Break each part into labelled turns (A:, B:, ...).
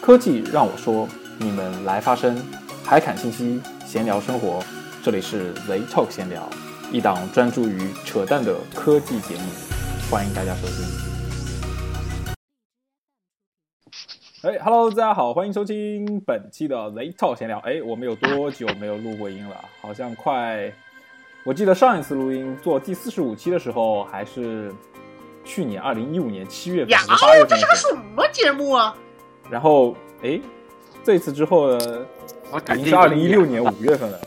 A: 科技让我说，你们来发声，海侃信息，闲聊生活，这里是 Z Talk 闲聊，一档专注于扯淡的科技节目，欢迎大家收听。哎，Hello，大家好，欢迎收听本期的 Z Talk 闲聊。哎，我们有多久没有录过音了？好像快，我记得上一次录音做第四十五期的时候，还是去年二零一五年七月份、
B: 呀哦
A: 还是八月份的
B: 这
A: 时
B: 是
A: 候
B: 个。什么节目啊？
A: 然后，哎，这次之后呢，
C: 我
A: 已
C: 感
A: 经
C: 觉
A: 是二零一六年五月份了，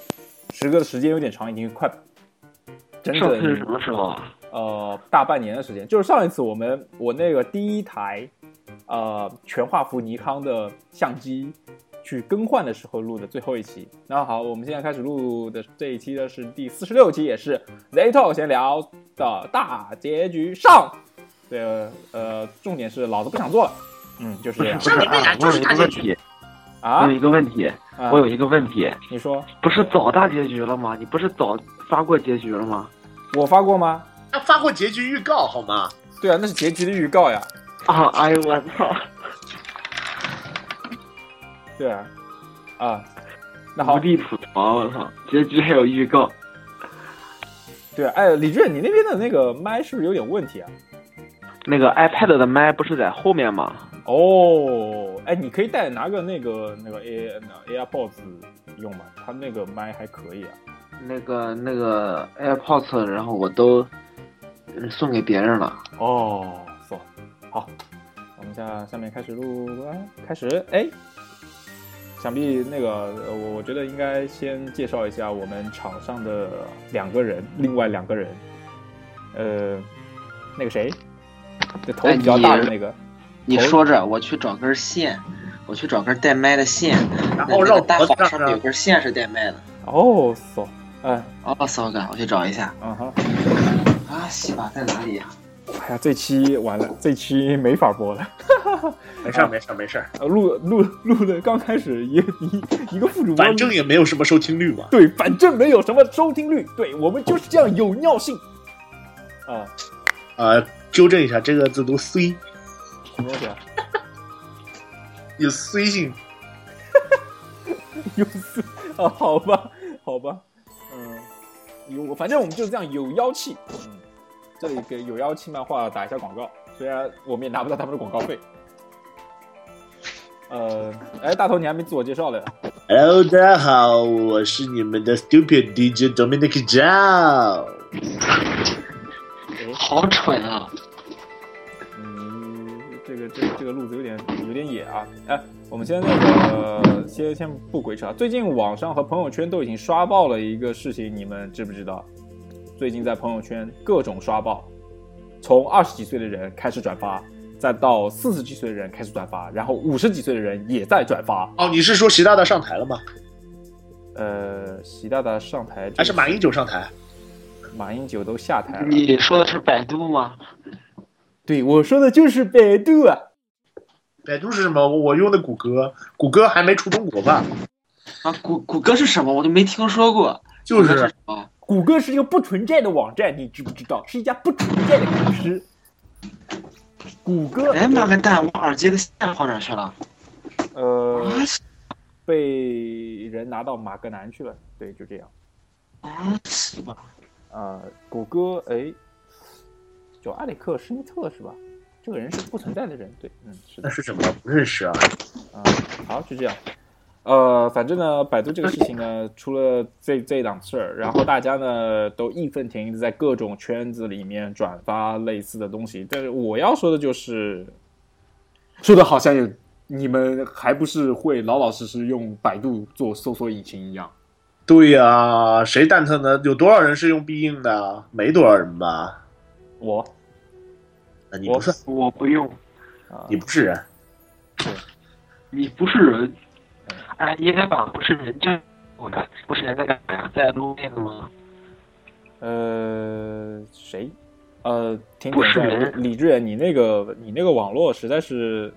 A: 时隔的时间有点长，已经快整
C: 上次是什
A: 整
C: 么时候啊？
A: 呃大半年的时间。就是上一次我们我那个第一台呃全画幅尼康的相机去更换的时候录的最后一期。那好，我们现在开始录的这一期呢是第四十六期，也是 Z Talk 闲聊的大结局上。对，呃，重点是老子不想做了，嗯，就是 这样
C: 不是
B: 上礼拜
C: 啊
B: 啊，
C: 我
B: 就
C: 有
B: 是
C: 一
B: 大
C: 个
B: 结
C: 问
B: 局
C: 题，我
A: 啊
C: 有。一个问题，
A: 啊
C: 我有一个问题，
A: 你说
C: 不是早大结局了吗？你不是早发过结局了吗？
A: 我发过吗？
B: 他发过结局预告好吗？
A: 对啊，那是结局的预告呀。
C: 啊，哎呦我操！
A: 对啊，啊，那好
C: 无，地吐槽，我操！结局还有预告，
A: 对啊，哎，李俊，你那边的那个麦是不是有点问题啊？
C: 那个 iPad 的麦不是在后面吗？
A: 哦，哎，你可以带拿个那个那个 A 那 AirPods 用吗？它那个麦还可以啊。
C: 那个那个 AirPods，然后我都嗯送给别人了。
A: 哦，算了，好，我们下下面开始录啊，开始，哎，想必那个呃我我觉得应该先介绍一下我们场上的两个人，另外两个人，呃，那个谁，那头比较大的那个，
D: 你说着，我去找根线，我去找根带麦的线。
B: 然
D: 然
B: 后绕
D: 大
B: 脖子
D: 法上
B: 上
D: 面有
B: 呢？
D: 根线是带麦的。
A: 哦，嗖，哎，
D: 哦，骚哥，我去找一下。
A: 啊哈，
D: 啊，西吧在哪里呀、
A: 哎呀，这期完了，这期没法播了，
B: 没事儿没事儿没事儿，
A: 呃录录录的刚开始一个一一个副主播
B: 反正也没有什么收听率嘛。
A: 对，反正没有什么收听率，对我们就是这样有尿性。啊，
B: 呃，纠正一下，这个字读 “c”，
A: 什么东西啊？
B: 有 “c” 性。
A: 有四啊？好吧，好吧，嗯，有，反正我们就是这样有妖气。嗯，这里给有妖气漫画打一下广告，虽然我们也拿不到他们的广告费。呃，哎，大头，你还没自我介绍嘞？
B: Hello，大家好，我是你们的 Stupid DJ Dominic Zhao。
C: 好蠢啊！
A: 嗯，这个这个这个路子有点有点野啊！哎，我们先那个、呃先先不鬼扯啊，最近网上和朋友圈都已经刷爆了一个事情，你们知不知道？最近在朋友圈各种刷爆，从二十几岁的人开始转发，再到四十几岁的人开始转发，然后五十几岁的人也在转发。
B: 哦，你是说习大大上台了吗？
A: 呃，习大大上台这个，
B: 还是马英九上台？
A: 马英九都下台了。
C: 你说的是百度吗？
A: 对，我说的就是百度啊。
B: 百度是什么？我用的谷歌，谷歌还没出中国吧？
D: 啊？谷谷歌是什么？我都没听说过。
B: 就
D: 谷歌
B: 是
D: 什么？
A: 谷歌是一个不存在的网站，你知不知道？是一家不存在的公司。谷歌，
D: 哎妈个蛋！我耳机的线跑哪去了？
A: 呃，
D: 啊
A: 被人拿到马格南去了。对，就这样。
D: 啊，西吧。
A: 呃，谷歌，哎，叫埃里克施密特是吧？这个人是不存在的人，对，嗯，是的
B: 那，是什么？不认识啊。
A: 啊、好，就这样。呃，反正呢，百度这个事情呢，出了这这档事儿，然后大家呢都义愤填膺的在各种圈子里面转发类似的东西。但是我要说的就是，说的好像有你们还不是会老老实实用百度做搜索引擎一样。
B: 对呀、谁蛋疼呢？有多少人是用必应的？没多少人吧？
A: 我
B: 啊，你
A: 我
B: 不算，
C: 我不用。
A: 啊
B: 你不是人。
C: 你不是人，哎，应该把不是人这我的，不是人在干嘛呀？在录那个吗？
A: 呃谁？呃，停
C: 不
A: 点
C: 是
A: 一下
C: 人
A: 李志远，你那个你那个网络实在是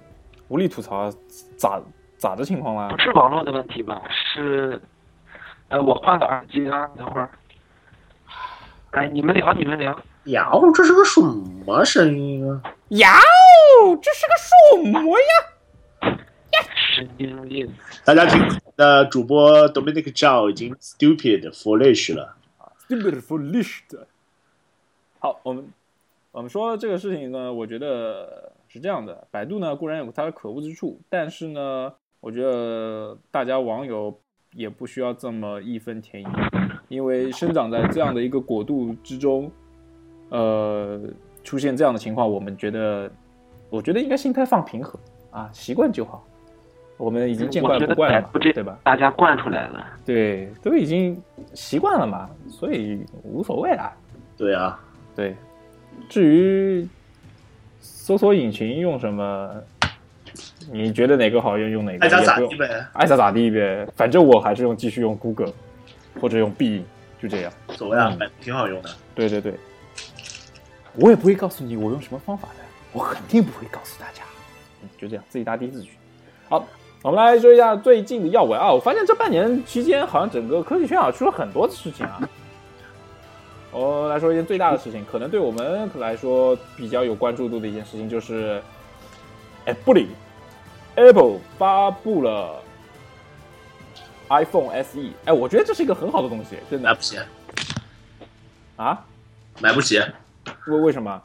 A: 无力吐槽啊，咋咋的情况啦
C: 不？是网络的问题吧？是，呃，我换个耳机啊，等会儿。哎，你们聊，你们聊。
B: 呀，这是个什么声音啊？
A: 呀哦，这是个什么呀？
C: 神经病。
B: 大家听，那主播 Dominic Zhao 已经 stupid foolish 了。
A: stupid foolish 的。好，我们我们说这个事情呢，我觉得是这样的，百度呢固然有它的可恶之处，但是呢，我觉得大家网友也不需要这么义愤填膺，因为生长在这样的一个国度之中，呃，出现这样的情况，我们觉得，我觉得应该心态放平和啊，习惯就好。我们已经见
C: 我
A: 怪
C: 觉
A: 不
C: 得
A: 怪
C: 百
A: 了嘛，
C: 度这
A: 对吧？
C: 大家惯出来了，
A: 对，都已经习惯了嘛，所以无所谓啦。
B: 对啊，
A: 对，至于搜索引擎用什么，你觉得哪个好用用哪个，
B: 爱咋
A: 也
B: 咋
A: 不
B: 地
A: 用
B: 呗，
A: 爱咋咋地呗。反正我还是用继续用 Google 或者用 B，就这样。
B: 无所谓啊，反正挺好用的。
A: 对对对，我也不会告诉你我用什么方法的，我肯定不会告诉大家。嗯，就这样，自己答题自己去。好，我们来说一下最近的要闻啊。我发现这半年期间，好像整个科技圈啊出了很多的事情啊。我来说一件最大的事情，可能对我们来说比较有关注度的一件事情，就是，哎，不理，Apple 发布了 iPhone SE。哎，我觉得这是一个很好的东西，真
B: 买
A: 的
B: 不起，
A: 啊。
B: 买不起，
A: 为为什么？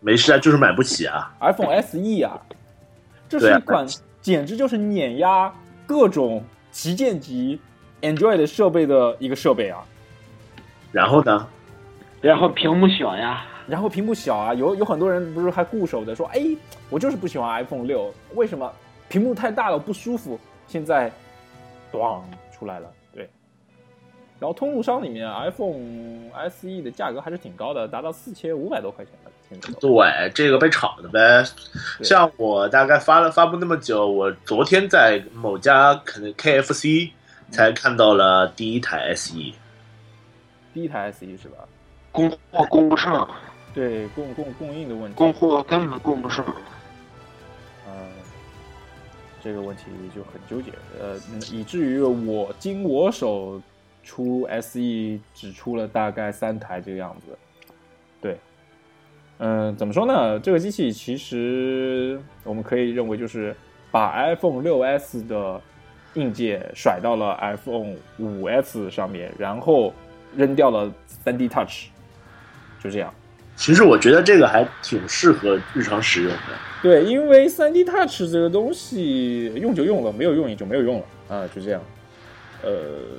B: 没事啊，就是买不起啊。
A: iPhone SE 啊，这
B: 对
A: 是
B: 啊
A: 一款简直就是碾压各种旗舰级 Android 设备的一个设备啊。
B: 然后呢？
C: 然后屏幕小呀，
A: 然后屏幕小啊，有有很多人不是还固守的说，哎，我就是不喜欢 iPhone 六，为什么？屏幕太大了不舒服。现在，咣出来了，对。然后通路商里面 iPhone SE 的价格还是挺高的，达到四千五百多块钱了，现在都。
B: 对，这个被炒的呗。
A: 对
B: 像我大概发了发布那么久，我昨天在某家可能 KFC 才看到了第一台 E SE。
A: 第一台 SE 是吧？
C: 供货供不上，
A: 对，供供供应的问题。
C: 供货根本供不上。
A: 呃，这个问题就很纠结，呃，嗯以至于我经我手出 SE 只出了大概三台这个样子。对，嗯、怎么说呢？这个机器其实我们可以认为就是把 iPhone 六 S 的硬件甩到了 iPhone 五 S 上面，然后扔掉了 3D Touch，就这样。
B: 其实我觉得这个还挺适合日常使用的。
A: 对，因为 3D Touch 这个东西用就用了，没有用也就没有用了啊，就这样。呃，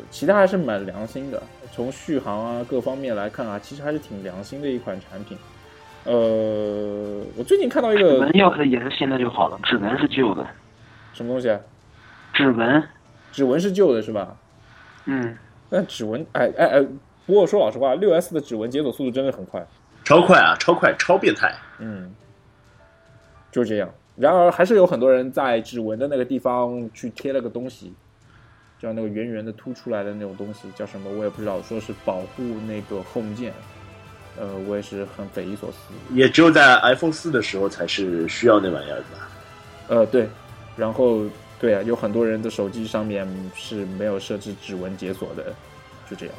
A: 其他还是蛮良心的，从续航啊各方面来看啊，其实还是挺良心的一款产品。呃，我最近看到一
C: 指
A: 个
C: 纹要是也是新的就好了，指纹是旧的，
A: 什么东西啊，
C: 指纹，
A: 指纹是旧的是吧？
C: 嗯，
A: 但指纹，哎哎哎，不过说老实话，6 S 的指纹解锁速度真的很快，
B: 超快啊，超快，超变态。
A: 嗯，就这样。然而还是有很多人在指纹的那个地方去贴了个东西，叫那个圆圆的凸出来的那种东西，叫什么我也不知道，说是保护那个 home 键。呃，我也是很匪夷所思。
B: 也只有在 iPhone 四的时候才是需要那玩意儿的吧？
A: 呃，对，然后对啊，有很多人的手机上面是没有设置指纹解锁的，就这样。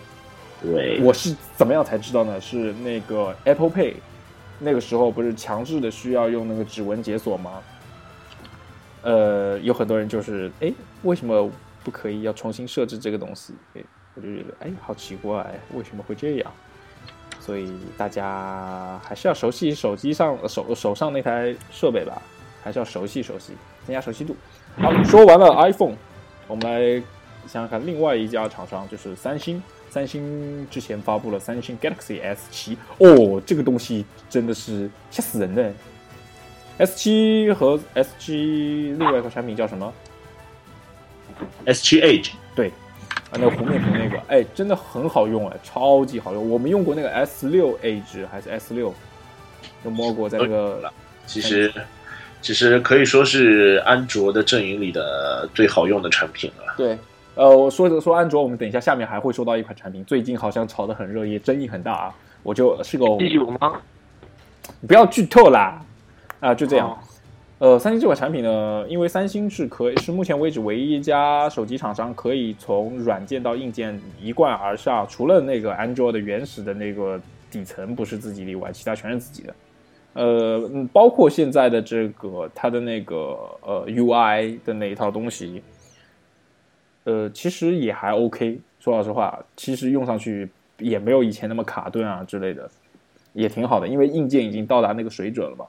B: 对，
A: 我是怎么样才知道呢？是那个 Apple Pay，那个时候不是强制的需要用那个指纹解锁吗？呃，有很多人就是，哎，为什么不可以要重新设置这个东西？哎，我就觉得，哎，好奇怪，为什么会这样？所以大家还是要熟悉手机上手手上那台设备吧，还是要熟悉熟悉，增加熟悉度。好，说完了 iPhone，我们来想想看，另外一家厂商就是三星。三星之前发布了三星 Galaxy S 七，哦，这个东西真的是吓死人的。S 七和 S 七另外一个产品叫什么？
B: S 7 Edge
A: 对，啊，那个弧面屏那个，哎，真的很好用哎，超级好用。我们用过那个 S 六 Edge 还是 S 六，就摸过在那个
B: 其实其实可以说是安卓的阵营里的最好用的产品了。
A: 对，呃，我说着说安卓，我们等一下下面还会说到一款产品，最近好像炒得很热，也争议很大啊。我就是个
C: 第九吗？
A: 不要剧透啦，啊，就这样。
C: 哦
A: 呃，三星这款产品呢，因为三星是可以是目前为止唯一一家手机厂商可以从软件到硬件一贯而下，除了那个安卓的原始的那个底层不是自己以外，其他全是自己的。呃，嗯，包括现在的这个它的那个呃 UI 的那一套东西，呃，其实也还 OK。说老实话，其实用上去也没有以前那么卡顿啊之类的，也挺好的，因为硬件已经到达那个水准了嘛。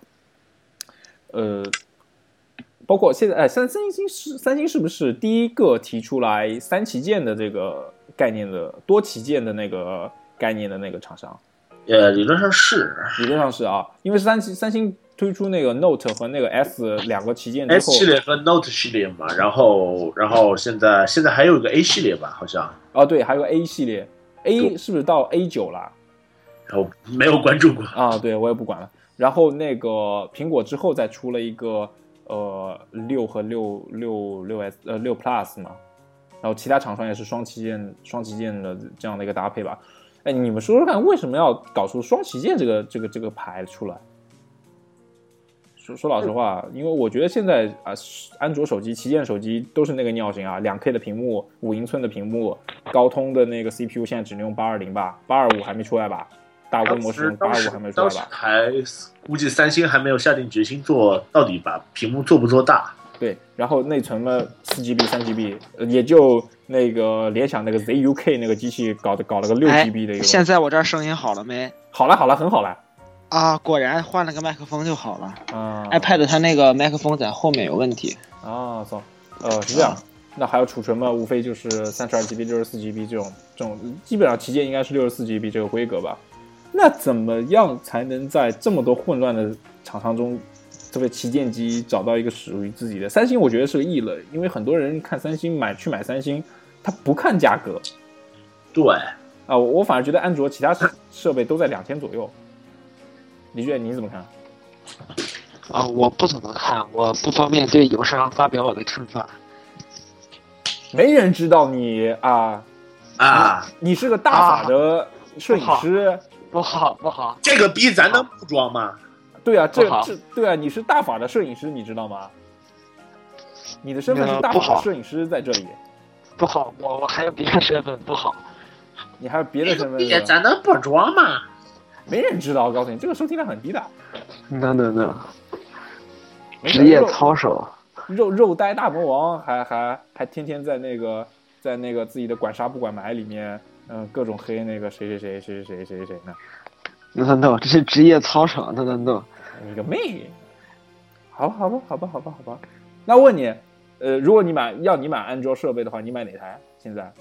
A: 呃，包括现在，哎，三三星是三星是不是第一个提出来三旗舰的这个概念的多旗舰的那个概念的那个厂商？
B: 呃，理论上是
A: 理论上是啊，因为三星三星推出那个 Note 和那个 S 两个旗舰之
B: S
A: 后，
B: 系列和 Note 系列嘛，然后然后现在现在还有一个 A 系列吧，好像
A: 啊对，还有个 A 系列，A 是不是到 A 九啦？
B: 然后没有关注过。
A: 啊，对我也不管了。然后那个苹果之后再出了一个呃六和六六六 S 呃六 Plus 嘛，然后其他厂商也是双旗舰双旗舰的这样的一个搭配吧。哎，你们说说看，为什么要搞出双旗舰这个这个这个牌出来？说说老实话，因为我觉得现在啊，安卓手机旗舰手机都是那个尿性啊，两 K 的屏幕，五英寸的屏幕，高通的那个 CPU 现在只能用八二零吧，八二五还没出来吧？大规
B: 当
A: 模使用
B: 时
A: 八
B: 当
A: 五
B: 时
A: 还没出来
B: 当时
A: 吧？
B: 还估计三星还没有下定决心做到底把屏幕做不做大。
A: 对，然后内存嘛，四 GB、三 GB，呃也就那个联想那个 ZUK 那个机器搞的搞了个六 GB 的一个。
D: 现在我这儿声音好了没？
A: 好了好了，很好了。
D: 啊，果然换了个麦克风就好了。
C: 哦
A: 啊
C: 哎
D: iPad 它那个麦克风在后面有问题。
A: 啊，走，呃，是这样。那还有储存嘛，无非就是三十二 GB、六十四 GB 这种这种，基本上旗舰应该是六十四 GB 这个规格吧。那怎么样才能在这么多混乱的厂商中，这个旗舰机找到一个属于自己的？三星我觉得是个异类，因为很多人看三星买去买三星，他不看价格，
B: 对，
A: 啊，我我反而觉得安卓其他设设备都在两千左右。李俊，你怎么看？
C: 啊，我不怎么看，我不方便对友商发表我的看法。
A: 没人知道你啊，
B: 啊，
A: 你是个大傻的摄影师。
C: 啊不好，不好，
B: 这个逼咱能不装吗？
A: 对啊，这
C: 不好
A: 这对啊，你是大法的摄影师，你知道吗？你的身份是
C: 嗯
A: 大
C: 不
A: 法
C: 好
A: 摄影师在这里，
C: 不好，我我还有别的身份，不好。
A: 你还有别的
B: 这
A: 身份
B: 个逼
A: 是吧？
B: 咱能不装吗？
A: 没人知道，我告诉你，这个收听量很低的，
C: no no no，
A: 没事
C: 职业
A: 肉
C: 操守。
A: 肉肉呆大魔王还还还天天在那个在那个自己的管杀不管埋里面，嗯、各种黑那个谁谁谁谁谁谁谁谁呢？
C: no no no，这是职业操守。no no no，
A: 你个妹！好吧，好吧，好吧，好吧，好吧。那问你，呃，如果你买要你买安卓设备的话，你买哪台？现在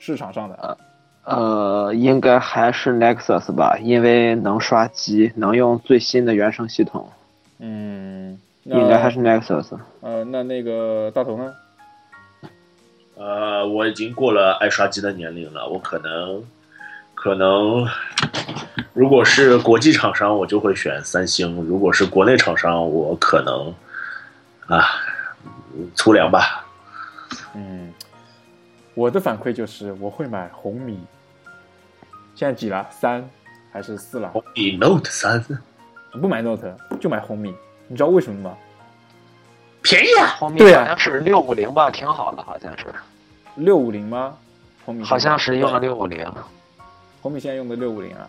A: 市场上的
C: 呃，应该还是 Nexus 吧，因为能刷机，能用最新的原生系统，
A: 嗯，那
C: 应该还是 Nexus。
A: 呃，那那个大头呢？
B: 呃，我已经过了爱刷机的年龄了，我可能可能，如果是国际厂商，我就会选三星；如果是国内厂商，我可能啊，嗯粗粮吧。
A: 嗯，我的反馈就是我会买红米。现在几了？三还是四了？
B: 红米 Note 三
A: 不买 Note，就买红米。你知道为什么吗？
B: 便宜啊，
C: 红米
A: 对啊
C: 好像是六五零吧，挺好的，好像是，
A: 六五零吗？红米
C: 好像是用了六五零
A: 红米现在用的六五零啊，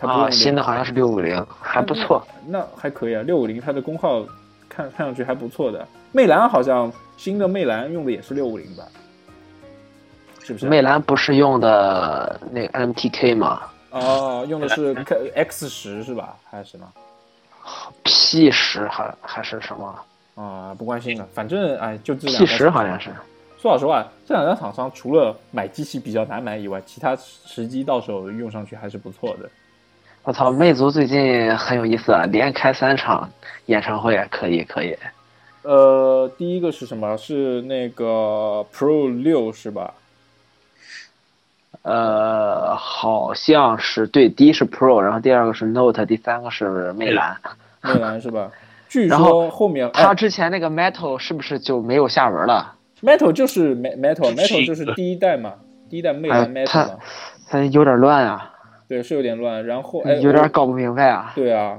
A: 它不用
C: 啊，
A: 六
C: 新的好像是六五零，还不错。
A: 那还可以啊，六五零它的功耗看看上去还不错的。魅蓝好像新的魅蓝用的也是六五零吧？是不是？
C: 魅蓝不是用的那个 MTK 吗
A: 哦，用的是 K- X 十是吧？还是什么？
C: ？P 十还还是什么
A: 啊、不关心了，反正哎，就这两
C: ？P
A: 个。
C: 十好像是。
A: 说老实话，这两家厂商除了买机器比较难买以外，其他时机到手用上去还是不错的。
C: 我操，魅族最近很有意思啊，连开三场演唱会，可以可以。
A: 呃，第一个是什么？是那个 Pro 六是 吧？
C: 呃，好像是对，第一是 Pro，然后第二个是 Note，第三个是魅蓝。
A: 魅蓝是吧？据
C: 然后
A: 说后 面哎
C: 它之前那个 Metal 是不是就没有下文了？
A: Metal 就是 Me- Metal
B: 就是
A: Metal 就是第一代嘛，第一代魅蓝
C: 哎
A: 啊 Metal 嘛，
C: 它有点乱啊，
A: 对，是有点乱。然后哎，
C: 嗯有
A: 我
C: 点搞不明白啊。
A: 对啊，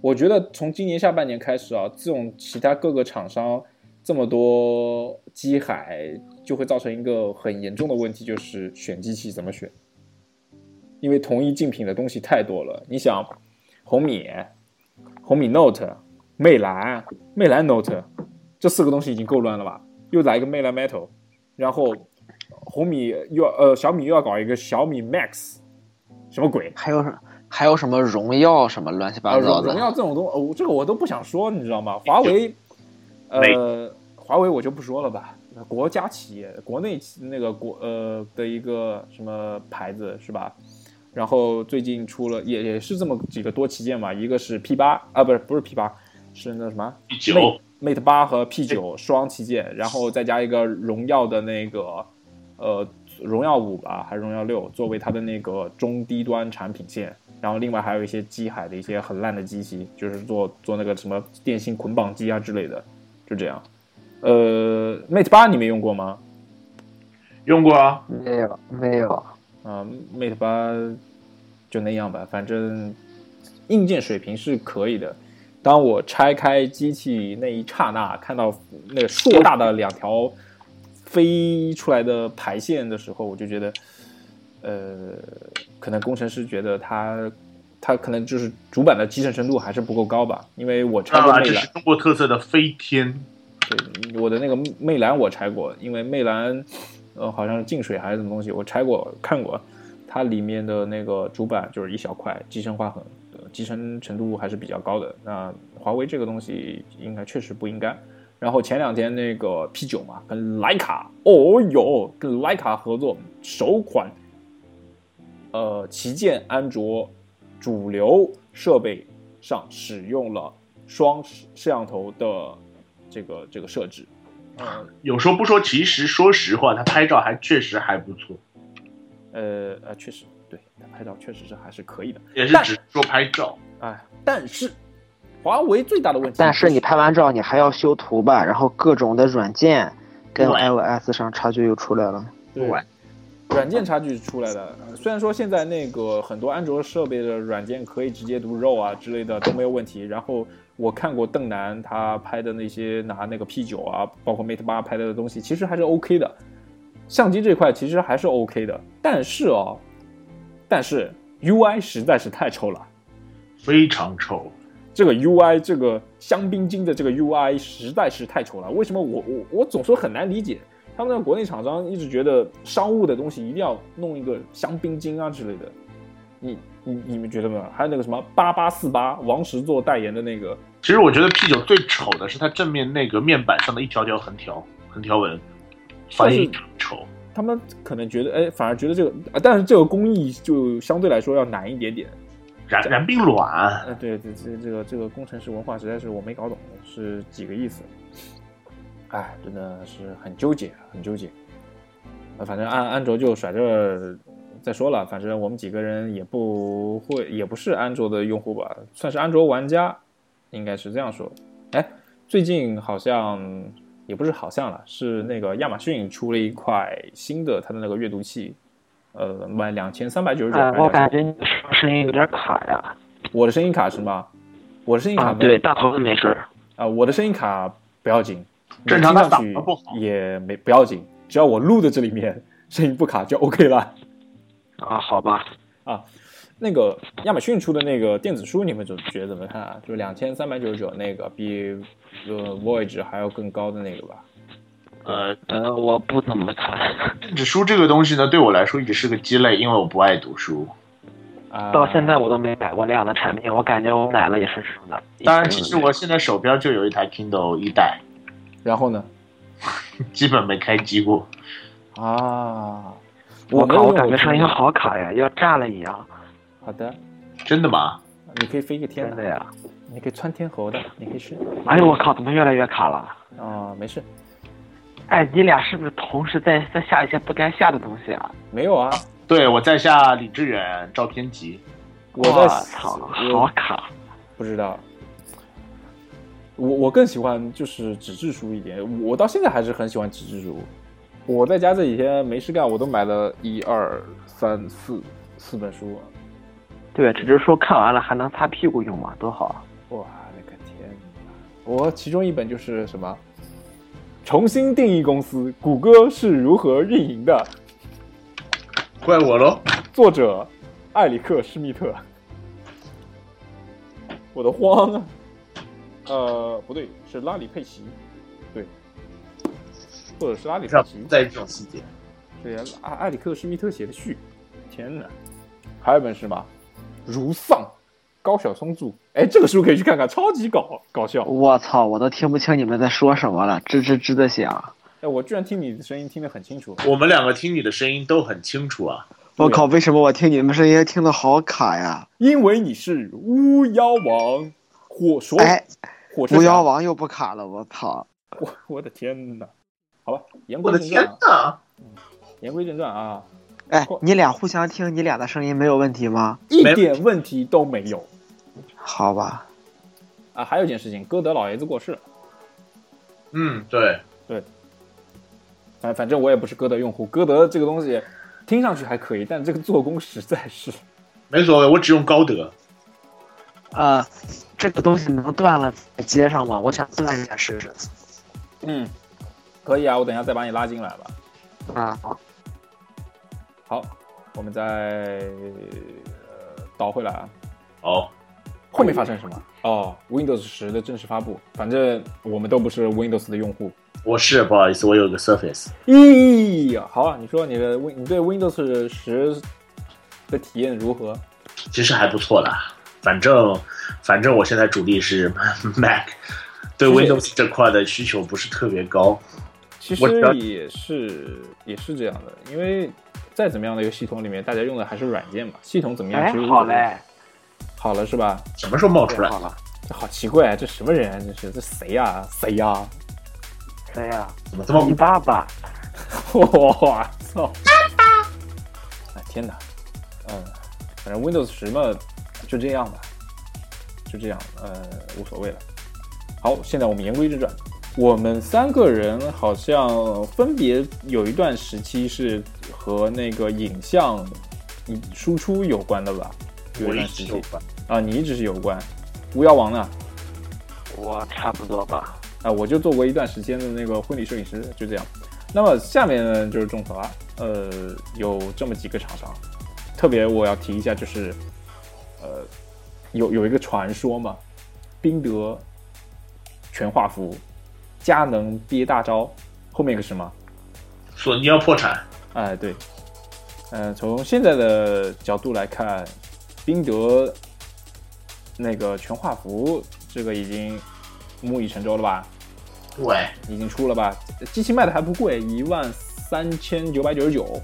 A: 我觉得从今年下半年开始啊，这种其他各个厂商这么多机海，就会造成一个很严重的问题，就是选机器怎么选，因为同一竞品的东西太多了。你想，红米、红米 Note、魅蓝、魅蓝 Note 这四个东西已经够乱了吧？又来一个魅蓝 Metal，然后红米又要呃小米又要搞一个小米 Max，什么鬼？
D: 还有什还有什么荣耀什么乱七
A: 啊，
D: 八糟
A: 荣
D: 的？
A: 荣耀这种东哦，这个我都不想说，你知道吗？华为，呃，华为我就不说了吧，国家企业，国内企那个国呃的一个什么牌子是吧？然后最近出了也也是这么几个多旗舰嘛，一个是 P 八啊，不是不是 P 八，是那什么
B: 第九
A: Mate 八和 P 九双旗舰，然后再加一个荣耀的那个呃荣耀五吧，还是荣耀六，作为它的那个中低端产品线。然后另外还有一些机海的一些很烂的机器，就是做做那个什么电信捆绑机啊之类的，就这样。呃，Mate 八你没用过吗？
B: 用过啊，
C: 没有没有，
A: 啊、m a t e 八就那样吧，反正硬件水平是可以的。当我拆开机器那一刹那，看到那个硕大的两条飞出来的排线的时候，我就觉得，呃，可能工程师觉得它它可能就是主板的集成程度还是不够高吧，因为我拆
B: 看
A: 过
B: 来
A: 魅
B: 啊这
A: 蓝
B: 是，中国特色的飞天，
A: 对，我的那个魅蓝我拆过，因为魅蓝，呃，好像是进水还是什么东西，我拆过看过，它里面的那个主板就是一小块，集成划痕，呃集成程度还是比较高的。那华为这个东西应该确实不应该。然后前两天那个 P 九嘛，跟徕卡，哦哟，跟徕卡合作首款，呃，旗舰安卓主流设备上使用了双摄像头的这个这个设置。
B: 有时候不说，其实说实话，他拍照还确实还不错，
A: 呃呃，确实，对，它拍照确实是还是可以的。
B: 也是
A: 但
B: 只是说拍照。
A: 哎，但是华为最大的问题，
D: 但是你拍完照，你还要修图吧，然后各种的软件跟
B: 对
D: iOS 上差距又出来了。
A: 对
B: 软
A: 软件差距出来了。呃虽然说现在那个很多安卓设备的软件可以直接读肉啊之类的都没有问题，然后我看过邓楠他拍的那些拿那个 P 九啊，包括 Mate 八拍的东西，其实还是 OK 的。相机这块其实还是 OK 的，但是哦，但是 UI 实在是太丑了。
B: 非常丑，
A: 这个 UI 这个香槟金的这个 UI 实在是太丑了。为什么我我我总说很难理解？他们的国内厂商一直觉得商务的东西一定要弄一个香槟金啊之类的。你你你们觉得没有？还有那个什么八八四八王石做代言的那个，
B: 其实我觉得 P 九最丑的是它正面那个面板上的一条条横条横条纹，反应丑。
A: 他们可能觉得哎，反而觉得这个，啊但是这个工艺就相对来说要难一点点。
B: 染染病卵，
A: 呃，对，这这这个这个工程师文化实在是我没搞懂是几个意思，哎，真的是很纠结，很纠结。呃，反正安安卓就甩着再说了，反正我们几个人也不会，也不是安卓的用户吧，算是安卓玩家，应该是这样说。哎，最近好像也不是好像了，是那个亚马逊出了一块新的它的那个阅读器，呃，卖两千三百九十九还
C: 哎，
A: 是
C: 我
A: 两千
C: 感觉你的声音有点卡呀。
A: 我的声音卡是吗？我的声音卡
C: 啊，
A: 没
C: 对，大头的没事儿。
A: 啊、我的声音卡不要紧，
B: 正常的
A: 你听
B: 嗓子
A: 上
B: 不好
A: 去也没不要紧，只要我录的这里面声音不卡就 OK 了。
C: 啊，好吧，
A: 那个亚马逊出的那个电子书，你们怎觉得怎么看啊？就两千三百九十九那个，比呃 Voyage 还要更高的那个吧？
B: 呃，
C: 呃，我不怎么看，
B: 电子书这个东西呢，对我来说一直是个鸡肋，因为我不爱读书。
A: 啊、
C: 到现在我都没买过那样的产品，我感觉我买了也是什么的。
B: 当然，其实我现在手边就有一台 Kindle 一代，
A: 然后呢？
B: 基本没开机过。
A: 啊，
C: 我
A: 没
C: 靠，
A: 有
C: 我
A: 用
C: 感
A: 过
C: 觉声音
A: Kindle
C: 好卡呀，要炸了一样，
A: 好的，
B: 真的吗？
A: 你可以飞个天
C: 真的
A: 的，
C: 呀！
A: 你可以穿天猴的，你可以试
C: 哎呦，我靠，怎么越来越卡了？
A: 啊、没事，
C: 哎，你俩是不是同时在在下一些不该下的东西啊？
A: 没有啊，
B: 对，我在下李志远、赵天吉，
A: 我在
C: 操，
A: 我
C: 好卡！
A: 不知道。我我更喜欢就是纸质书一点，我我到现在还是很喜欢纸质书。我在家这几天没事干，我都买了一二三四四本书。
C: 对，只是说看完了还能擦屁股用嘛，多好！啊
A: 哇，那个天哪！我其中一本就是什么，重新定义公司，谷歌是如何运营的，
B: 怪我喽。
A: 作者艾里克施密特。我都慌啊。呃，不对，是拉里佩奇，对，或者是拉里佩
B: 上
A: 奇，
B: 在意这种细节。
A: 这是艾艾里克施密特写的序。天哪，还有一本是什么？如丧，高晓松著。哎，这个书可以去看看，超级搞搞笑。
D: 我操，我都听不清你们在说什么了，吱吱吱的响。
A: 哎，我居然听你的声音听得很清楚。
B: 我们两个听你的声音都很清楚啊，
D: 我靠，为什么我听你们声音听得好卡呀？
A: 因为你是巫妖王，火说、
D: 哎，
A: 火车
D: 巫妖
A: 王，
D: 王又不卡了，我操！
A: 我我的天哪！好吧，言
B: 我
A: 归
B: 的
A: 正传
B: 天
A: 啊，
B: 哪！
A: 言归正传啊，
D: 哎，你俩互相听，你俩的声音没有问题吗？
A: 一
B: 没
A: 点问题都没有
D: 好吧，
A: 啊。还有一件事情，歌德老爷子过世了，
B: 嗯，对，
A: 反反正我也不是歌德用户，歌德这个东西听上去还可以，但这个做工实在是
B: 没所谓，我只用高德。
D: 呃，这个东西能断了再接上吗？我想断一下试试。
A: 嗯，可以啊，我等一下再把你拉进来吧。
D: 啊，
A: 好，我们再、呃、倒回来啊。
B: 好，
A: 后面发生什么？哦，Windows 十的正式发布，反正我们都不是 Windows 的用户。
B: 我是不好意思，我有个 Surface，
A: 咦、好啊，你说你的 Win，你对 Windows 十的体验如何？
B: 其实还不错啦。反正反正我现在主力是 Mac，对
A: 谢谢
B: Windows 这块的需求不是特别高。
A: 其
B: 我
A: 实
B: 知道
A: 也是也是这样的，因为再怎么样的一个系统里面，大家用的还是软件嘛，系统怎么样
D: 哎
A: 其实无，所
D: 好
A: 谓，
D: 嘞，
A: 好了是吧？
B: 什么时候冒出来？
D: 好了，
A: 这好奇怪、啊，这什么人啊？这是这谁呀、谁呀、
D: 谁呀？
B: 怎么这么
D: 你爸爸。
A: 我操！哎，天哪，嗯，反正 Windows 十嘛，就这样吧，就这样，呃，无所谓了。好，现在我们言归正传，我们三个人好像分别有一段时期是和那个影像嗯输出有关的吧？有
B: 我
A: 一
B: 一
A: 段时
B: 直
A: 期
B: 有关？
A: 啊，你一直是有关。巫妖王呢？
C: 我差不多吧。
A: 啊，我就做过一段时间的那个婚礼摄影师，就这样。那么下面呢就是众筹啊，呃，有这么几个厂商，特别我要提一下，就是呃，有有一个传说嘛，宾得全画幅，佳能憋大招，后面一个什么？
B: 索尼要破产，
A: 哎，对，呃，从现在的角度来看，宾得那个全画幅这个已经木已成舟了吧？
B: 对，
A: 已经出了吧？机器卖的还不贵，一万三千九百九十九，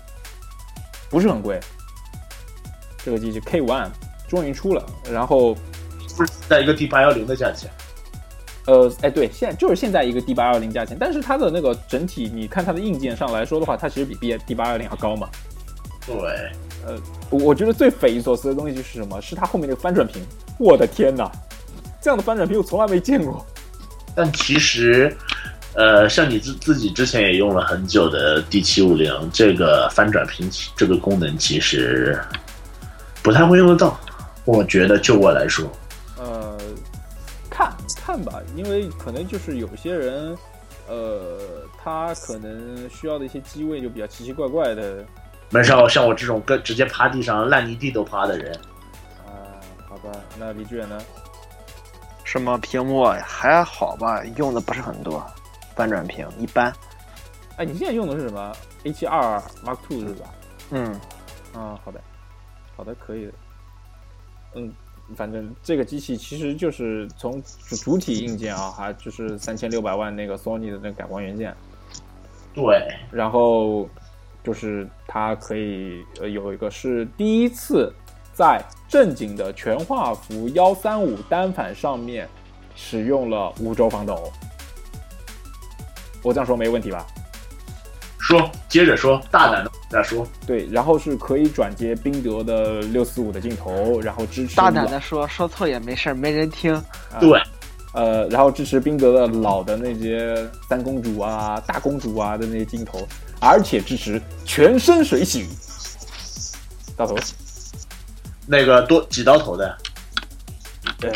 A: 不是很贵。这个机器 K One 终于出了，然后
B: 不是在一个 D 八幺零的价钱。
A: 呃，哎，对，现在就是现在一个 D 八二零价钱，但是它的那个整体，你看它的硬件上来说的话，它其实比 B D 八二零要高嘛。
B: 对，
A: 我我觉得最匪夷所思的东西就是什么？是它后面那个翻转屏，我的天哪！这样的翻转屏我从来没见过。
B: 但其实，呃，像你自自己之前也用了很久的 D 七五零这个翻转屏其这个功能，其实不太会用得到。我觉得就我来说，
A: 呃，看看吧，因为可能就是有些人，呃，他可能需要的一些机位就比较奇奇怪怪的，
B: 没事儿，像我这种跟直接趴地上烂泥地都趴的人，
A: 啊、好吧，那李志远呢？
D: 什么屏幕还好吧，用的不是很多，翻转屏一般。
A: 哎，你现在用的是什么？A 7 2 Mark Two 是吧？
D: 嗯，
A: 啊，好的，好的，可以的。嗯，反正这个机器其实就是从主主体硬件啊，还就是三千六百万那个 Sony 的那个感光元件，
B: 对，
A: 然后就是它可以呃有一个是第一次在正经的全画幅幺三五单反上面使用了五轴防抖，我这样说没问题吧？
B: 说接着说，大胆的往下说，
A: 对，然后是可以转接宾得的六四五的镜头，然后支持
D: 大胆
A: 老
D: 的说，说错也没事儿，没人听。
A: 啊
B: 对，
A: 呃，然后支持宾得的老的那些三公主啊、大公主啊的那些镜头，而且支持全身水洗。大头，
B: 那个多几刀头的，
A: 呃，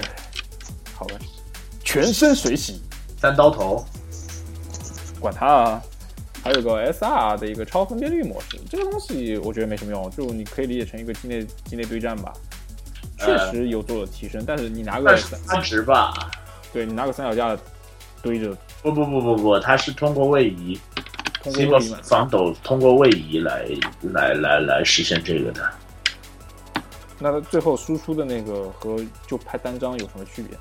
A: 好吧，全身水洗，
B: 三刀头，
A: 管它啊。还有个 SR 的一个超分辨率模式，这个东西我觉得没什么用，就你可以理解成一个机内机内对战吧。确实有所提升，但是你拿个
B: 但是
A: 三，
B: 它值吧？
A: 对你拿个三脚架堆着，
B: 不不不不不，它是通过位移，
A: 通
B: 经
A: 过
B: 过
A: 力嘛
B: 防抖，通过位移来来来来实现这个的。
A: 那它最后输出的那个和就拍单张有什么区别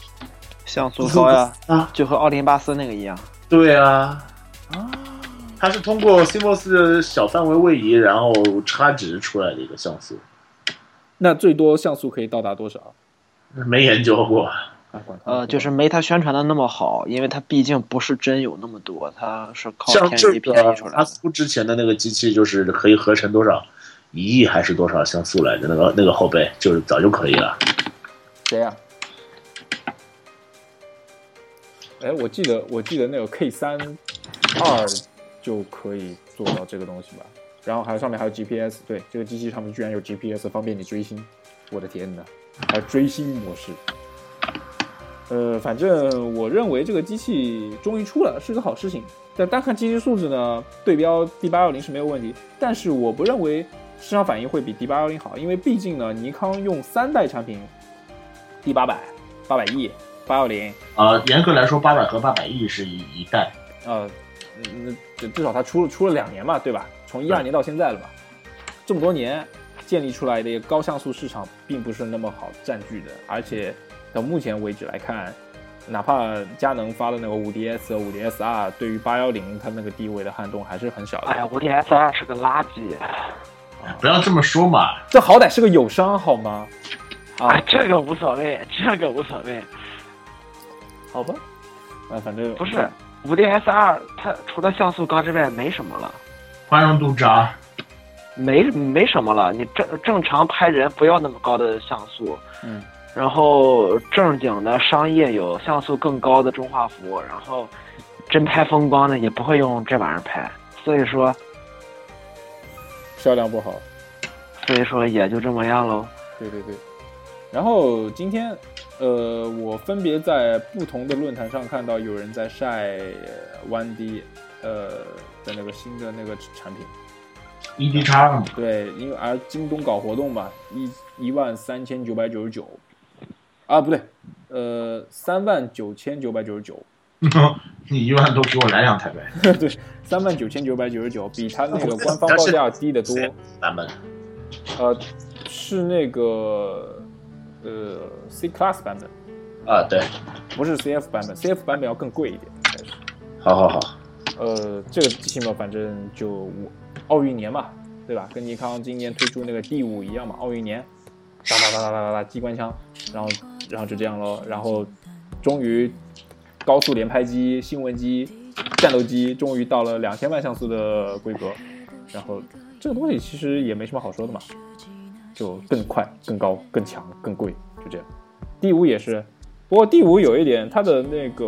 D: 像素高呀，
B: 啊，
D: 就和奥林巴斯那个一样。
B: 对啊，
A: 啊？
B: 它是通过 CMOS 的小范围位移，然后差值出来的一个像素，
A: 那最多像素可以到达多少
B: 没研究过。
A: 啊？管它
D: 呃，就是没他宣传的那么好，因为它毕竟不是真有那么多，它是靠
B: 像
D: 天
B: 这
D: 机
B: 个
D: 编译出来
B: 阿
D: 的。
B: 苏之前的那个机器，就是可以合成多少一亿还是多少像素来着？那个那个后背就是早就可以了。
A: 谁呀、哎，我记得我记得那个 K 三二就可以做到这个东西吧？然后还有上面还有 GPS，对，这个机器上面居然有 GPS，方便你追星。我的天哪，还有追星模式。呃，反正我认为这个机器终于出了，是个好事情。但单看机器素质呢，对标 D 八幺零是没有问题，但是我不认为市场反应会比 D 八幺零好，因为毕竟呢，尼康用三代产品 D 八百、八百亿、八幺零，
B: 啊，严格来说，八百和八百亿是一一代。
A: 呃，嗯那至少它出了出了两年嘛，对吧？从一二年到现在了嘛，这么多年建立出来的一个高像素市场并不是那么好占据的，而且到目前为止来看，哪怕佳能发的那个五 DS、五 DSR，对于八幺零它那个地位的撼动还是很小的。
C: 哎呀，五 D S R 是个垃圾。
B: 不要这么说嘛，
A: 这好歹是个友商好吗？啊
C: 啊，，这个无所谓，这个无所谓。
A: 好吧，啊，反正
C: 不是五 D S R，它除了像素高之外没什么了，
B: 宽容度啊渣。
C: 没没什么了。你正正常拍人不要那么高的像素，
A: 嗯，
C: 然后正经的商业有像素更高的中画幅，然后真拍风光的也不会用这玩意儿拍，所以说
A: 销量不好。
C: 所以说也就这么样喽。
A: 对对对。然后今天，呃，我分别在不同的论坛上看到有人在晒 One D，呃的那个新的那个产品。
B: E D 叉嘛，
A: 对，因为而京东搞活动嘛，一一万三千九百九十九，啊不对，呃三万九千九百九十九，
B: 你一万多给我来两台呗。
A: 对，三万九千九百九十九，比它那个官方报价低得多。
B: 版本
A: 呃，是那个呃 C Class 版本，
B: 啊，对，
A: 不是 CF 版本，CF 版本要更贵一点。应该是
B: 好好好，
A: 呃，这个机器嘛，反正就我奥运年嘛，对吧？跟尼康今年推出那个 D 五一样嘛，奥运年，哒哒哒哒哒哒哒，机关枪，然后然后就这样咯，然后终于高速连拍机、新闻机、战斗机终于到了两千万像素的规格，然后这个东西其实也没什么好说的嘛，就更快、更高、更强、更贵，就这样。D 五也是，不过 D 五有一点，它的那个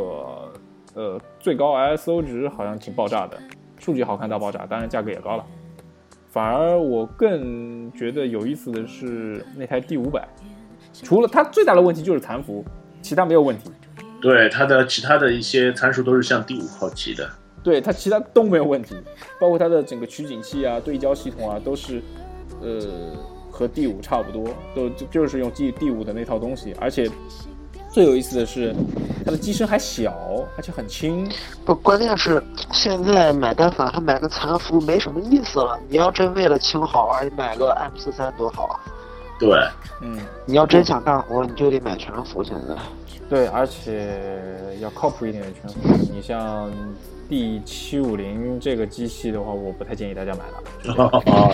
A: 呃最高 ISO 值好像挺爆炸的，数据好看到爆炸，当然价格也高了。反而我更觉得有意思的是那台 D 五百，除了它最大的问题就是残幅，其他没有问题。
B: 对它的其他的一些参数都是向第五靠齐的。
A: 对它其他都没有问题，包括它的整个取景器啊、对焦系统啊，都是呃和 D 五差不多，都就就是用 D D 五的那套东西。而且最有意思的是，它的机身还小，而且很轻。
E: 不，关键是现在买单反还买个残幅没什么意思了。你要真为了轻好而买个 M 四三多好啊！
B: 对，
A: 嗯，
E: 你要真想干活，你就得买全幅。现在
A: 对，而且要靠谱一点的全幅。你像 D 七五零这个机器的话，我不太建议大家买了。就这样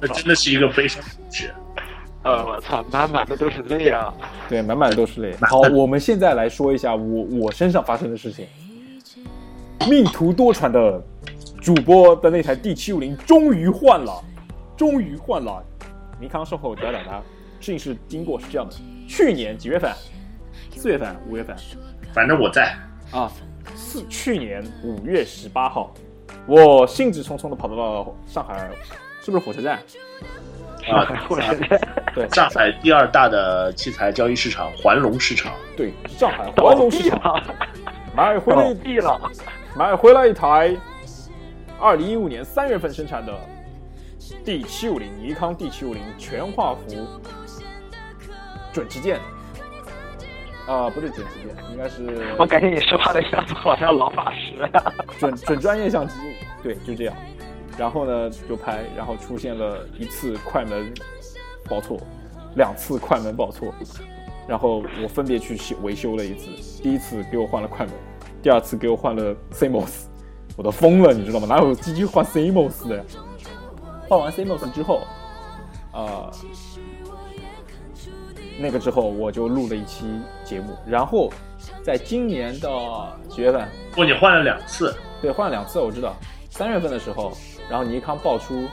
B: 这真的是一个悲伤故事。
C: 呃，我操，满满的都是泪 啊！
A: 对，满满的都是泪。好，我们现在来说一下我我身上发生的事情。命途多舛的主播的那台 D 七五零终于换了，终于换了。尼康售后屌屌他，事情是经过是这样的：去年几月份？四月份、五月份
B: 反正我在，
A: 啊？四去年五月十八号，我兴致冲冲的跑到上海，是不是火车站？
B: 啊
C: 我现在
A: 对，
B: 上海第二大的器材交易市场环龙市场，
A: 对，上海
C: 倒
A: 环龙市
C: 闭
A: 场
C: 了，
A: 买回
C: 倒
A: 了
C: 闭了。
A: 买回来一台二零一五年三月份生产的 D 七五零尼康 D 七五零全画幅准旗舰，啊、不是准旗舰，应该是
C: 我感觉你说话的样子好像老法师 啊。
A: 准准专业相机，对，就这样。然后呢，就拍，然后出现了一次快门报错，两次快门报错，然后我分别去修维修了一次。第一次给我换了快门，第二次给我换了 CMOS，我都疯了，你知道吗？哪有机器换 CMOS 的呀？换完 CMOS 之后，啊、那个之后我就录了一期节目，然后在今年的几月份？
B: 不，你换了两次，
A: 对，换了两次，我知道。三月份的时候，然后尼康爆出，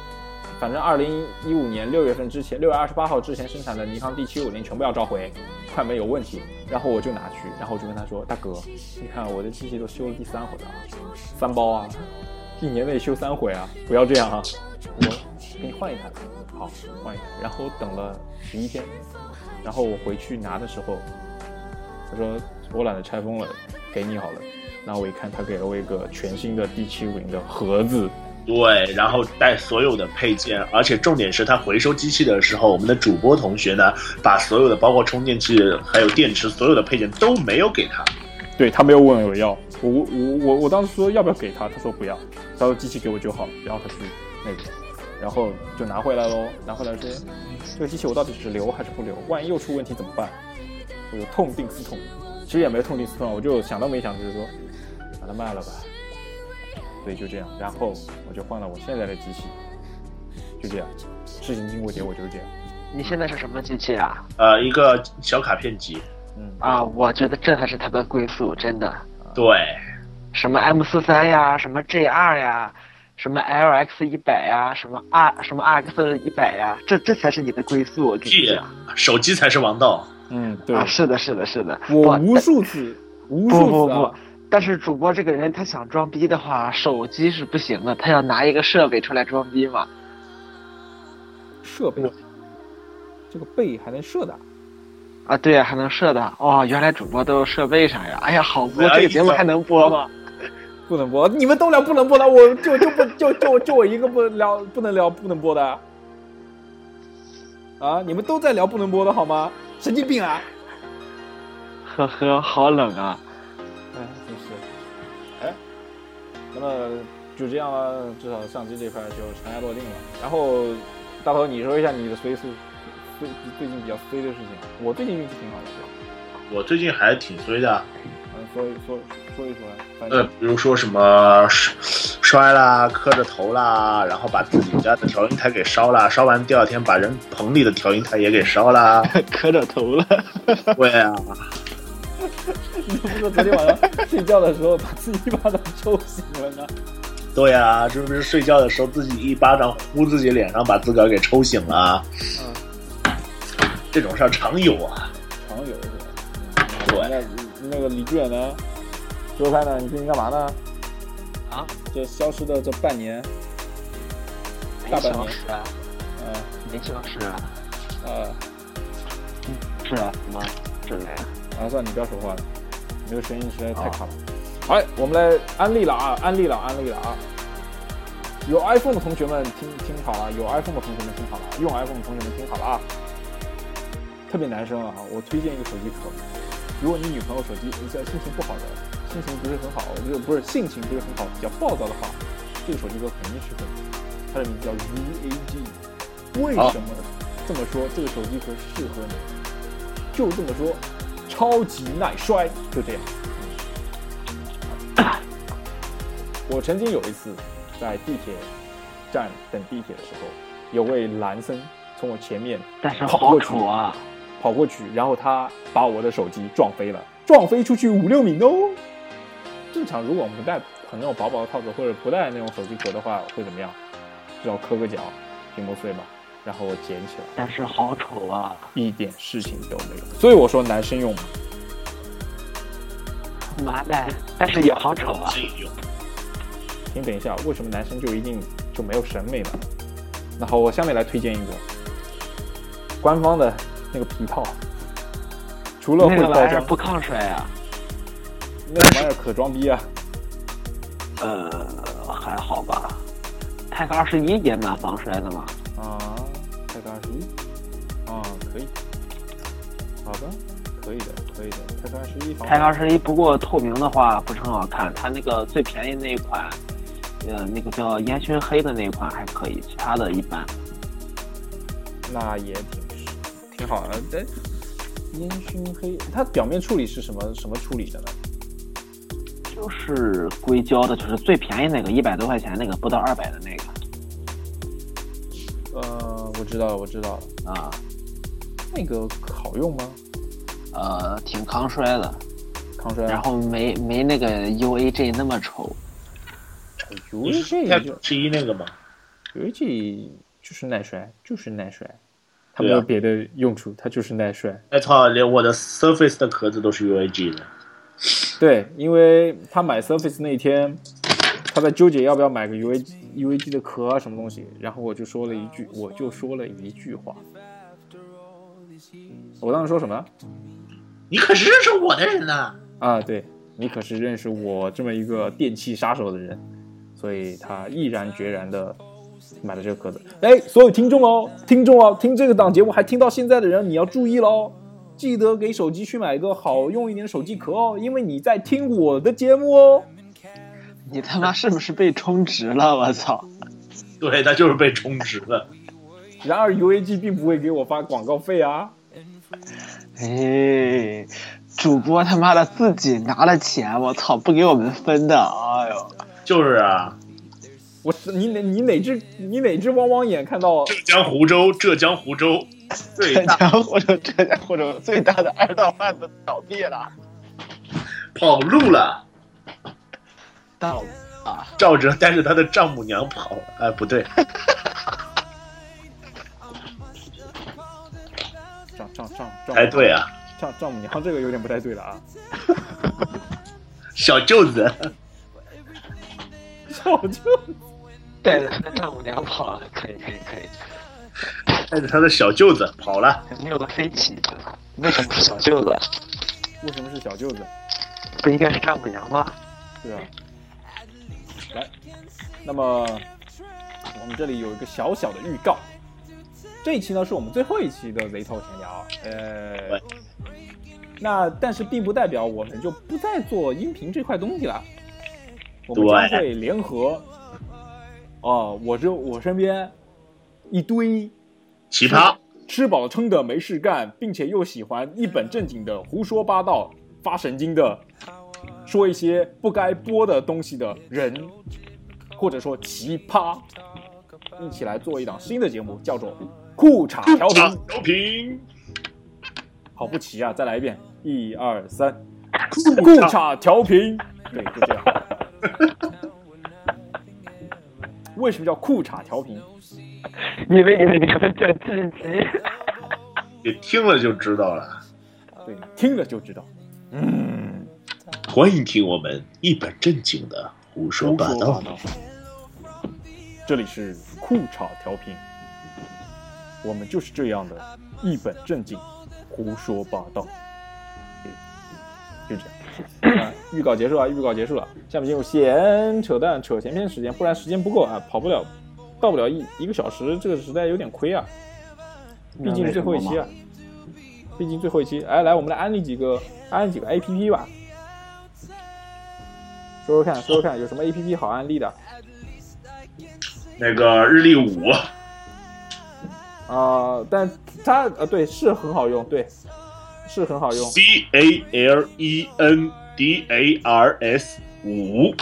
A: 反正二零一五年六月份之前，六月二十八号之前生产的尼康 D 七五零全部要召回，快门有问题。然后我就拿去，然后我就跟他说：“大哥，你看我的机器都修了第三回了，三包啊，一年内修三回啊，不要这样啊，我给你换一台。”好，换一台。然后等了十一天，然后我回去拿的时候，他说我懒得拆封了，给你好了。那我一看，他给了我一个全新的 D 7 5 0的盒子，
B: 对，然后带所有的配件，而且重点是他回收机器的时候，我们的主播同学呢，把所有的包括充电器还有电池所有的配件都没有给他。
A: 对他没有问我要，我我我我当时说要不要给他，他说不要，他说机器给我就好了，然后他去那个，然后就拿回来喽，拿回来说这个机器我到底是留还是不留，万一又出问题怎么办？我就痛定思痛，其实也没痛定思痛，啊我就想都没想，就是说把它卖了吧，所以就这样，然后我就换了我现在的机器，就这样，事情经过结果就是这样，
C: 你现在是什么机器啊？
B: 呃，一个小卡片机，
A: 嗯
C: 啊，我觉得这才是它的归宿，真的。
B: 对，
C: 什么 M 四三呀，什么 GR 呀，什么 LX 一百呀，什么 R 什么 RX 一百呀，这这才是你的归宿。我跟你
B: G
C: 讲
B: 手机才是王道。
A: 嗯，对
C: 啊，是的，是的，是的。
A: 我
C: 不
A: 无数次，无
C: 不
A: 数
C: 不
A: 次啊
C: 不，但是主播这个人，他想装逼的话，手机是不行的，他要拿一个设备出来装逼嘛。
A: 设备，这个背还能射的，
C: 啊，对啊，还能设的哦，原来主播都有设备啥呀？哎呀，哎好播
B: 哎呀
C: 这个节目还能播吗？
A: 不能播，你们都聊不能播的，我就就不就就就我一个不能聊不能聊不能播的，啊，你们都在聊不能播的好吗？神经病啊！
C: 呵呵，好冷啊！
A: 哎，真是，哎，那么就这样了，至少相机这块就尘埃落定了。然后大头，你说一下你的随速，最最近比较衰的事情，我最近运气挺好的，
B: 我最近还挺衰的，
A: 嗯，说一说说一说来，反
B: 呃
A: 正，
B: 比如说什么摔摔啦、磕着头啦，然后把自己家的调音台给烧啦，烧完第二天把人棚里的调音台也给烧 啦。
C: 磕着头了，
B: 对啊，
A: 你不是说昨天晚上睡觉的时候把自己一巴掌抽醒了吗？
B: 对啊，这不是睡觉的时候自己一巴掌呼自己脸上，把自个儿给抽醒了。啊
A: 嗯
B: 这种事儿常有啊。
A: 常有是吧？
B: 对，
A: 那那个李志远呢？周拍呢？你最近干嘛呢？
C: 啊？
A: 这消失的这半年，
C: 没
A: 大半
C: 消
A: 年，
C: 失啊，
A: 嗯
C: 没消失啊，
A: 呃，
C: 是啊，什么之类的。
A: 啊，算了，你不要说话了，你这个声音实在太卡了。好，哎我们来安利了啊，安利了，安利了啊！有 iPhone 的同学们听听好了，有 iPhone 的同学们听好了，啊用 iPhone 的同学们听好了啊！特别男生啊，我推荐一个手机壳，如果你女朋友手机在心情不好的，心情不是很好，就不是性情不是很好，比较暴躁的话，这个手机壳肯定适合你。它的名字叫 VAG，为什么这么说？这个手机壳适合你，就这么说，超级耐摔，就这样。我曾经有一次在地铁站等地铁的时候，有位男生从我前面
C: 但是
A: 跑过
C: 好
A: 去
C: 丑啊！
A: 跑过去，然后他把我的手机撞飞了，撞飞出去五六米哦。正常，如果我们不戴很那种薄薄的套子，或者不戴那种手机壳的话，会怎么样？至少磕个角，屏幕碎吧。然后我捡起来，
C: 但是好丑啊！
A: 一点事情都没有。所以我说男生用嘛，
C: 麻蛋，但是也好丑啊！
B: 这有
A: 您等一下，为什么男生就一定就没有审美了？那好，我下面来推荐一个官方的那个皮套，除了会
C: 那个
A: 包
C: 玩意儿
A: 装，
C: 不抗摔啊？
A: 那个玩意儿可装逼啊！
C: 呃，还好吧。泰克二十一也蛮防摔的嘛。
A: 啊，泰克二十一，啊，可以。好的，可以的，可以的。开发十一方
C: 开发十一，不过透明的话不是很好看，它那个最便宜那一款，呃，那个叫烟熏黑的那一款还可以，其他的一般。
A: 那也挺挺好的。但烟熏黑，它表面处理是什么什么处理的呢？
C: 就是硅胶的，就是最便宜那个，一百多块钱那个，不到二百的那个
A: 呃，我知道了，我知道了。
C: 啊，
A: 那个好用吗？
C: 呃，挺抗摔的，
A: 抗衰，
C: 然后没没那个 UAG 那么丑。
A: U
B: 你
A: A
B: 是
A: G
B: 开
A: 就
B: 十一那个吗？
A: U A G 就是耐摔，就是耐摔，它
B: 对
A: 没
B: 啊
A: 有别的用处，它就是耐摔。
B: 那套哎连我的 Surface 的壳子都是 UAG 的。
A: 对，因为他买 Surface 那一天，他在纠结要不要买个 U A U A G 的壳啊什么东西，然后我就说了一句，我就说了一句话，我当时说什么
B: 你可是认识我的人呐、
A: 啊？对你可是认识我这么一个电器杀手的人，所以他毅然决然的。买了这个壳子，哎，所有听众哦，听众哦，听这个档节目还听到现在的人，你要注意喽，记得给手机去买一个好用一点的手机壳哦，因为你在听我的节目哦。
D: 你他妈是不是被充值了？我操！
B: 对，他就是被充值了。
A: 然而 UAG 并不会给我发广告费啊。
C: 嗯
D: 哎，主播他妈的自己拿了钱，我操，不给我们分的，哎呦！
B: 就是啊，
A: 我是你哪你哪只你哪只汪汪眼看到
B: 浙江湖州，浙江湖州最
D: 浙
B: 大
D: 江或者浙江或者最大的二道贩子倒闭了，
B: 跑路了，
D: 倒
B: 赵哲带着他的丈母娘跑了。哎，不对，
A: 丈丈丈
B: 才
A: 丈
B: 对啊，
A: 丈丈母娘这个有点不太对了啊。
B: 小舅子。
A: 小舅
C: 对的，那丈母娘跑了，可以可以可以。
B: 带着他的小舅子跑了，
C: 没有个飞起，为什么是小舅子？
A: 为什么是小舅子？
C: 不应该是丈母娘吗？
A: 对啊。来，那么我们这里有一个小小的预告，这一期呢是我们最后一期的雷头闲聊，呃
B: 对，
A: 那但是并不代表我们就不再做音频这块东西了，我们
B: 对
A: 将会联合，哦、我这我身边一堆
B: 奇葩，
A: 吃饱撑的没事干，并且又喜欢一本正经的胡说八道、发神经的，说一些不该播的东西的人，或者说奇葩，一起来做一档新的节目，叫做《裤衩调频》。
B: 小啊平，
A: 好不齐啊！再来一遍，一二三，裤衩调频，对，就这样。为什么叫裤衩调频？
C: 因为你的名字叫自己。
B: 你听了就知道了。
A: 对，听了就知道。嗯
B: 欢迎听我们一本正经的胡说八道。。
A: 这里是裤衩调频，我们就是这样的一本正经胡说八道，对就这样。啊，预告结束啊，预告结束了，下面进入闲扯淡扯闲篇时间，不然时间不够啊，跑不了，到不了一一个小时，这个时代有点亏啊。毕竟是最后一期啊，毕竟最后一期，哎，来，我们来安利几个安利几个 A P P 吧，说说看，说说看有什么 A P P 好安利的
B: 那个日历五，
A: 啊、但它呃对是很好用，对，是很好用
B: C A L E N D A R S 五，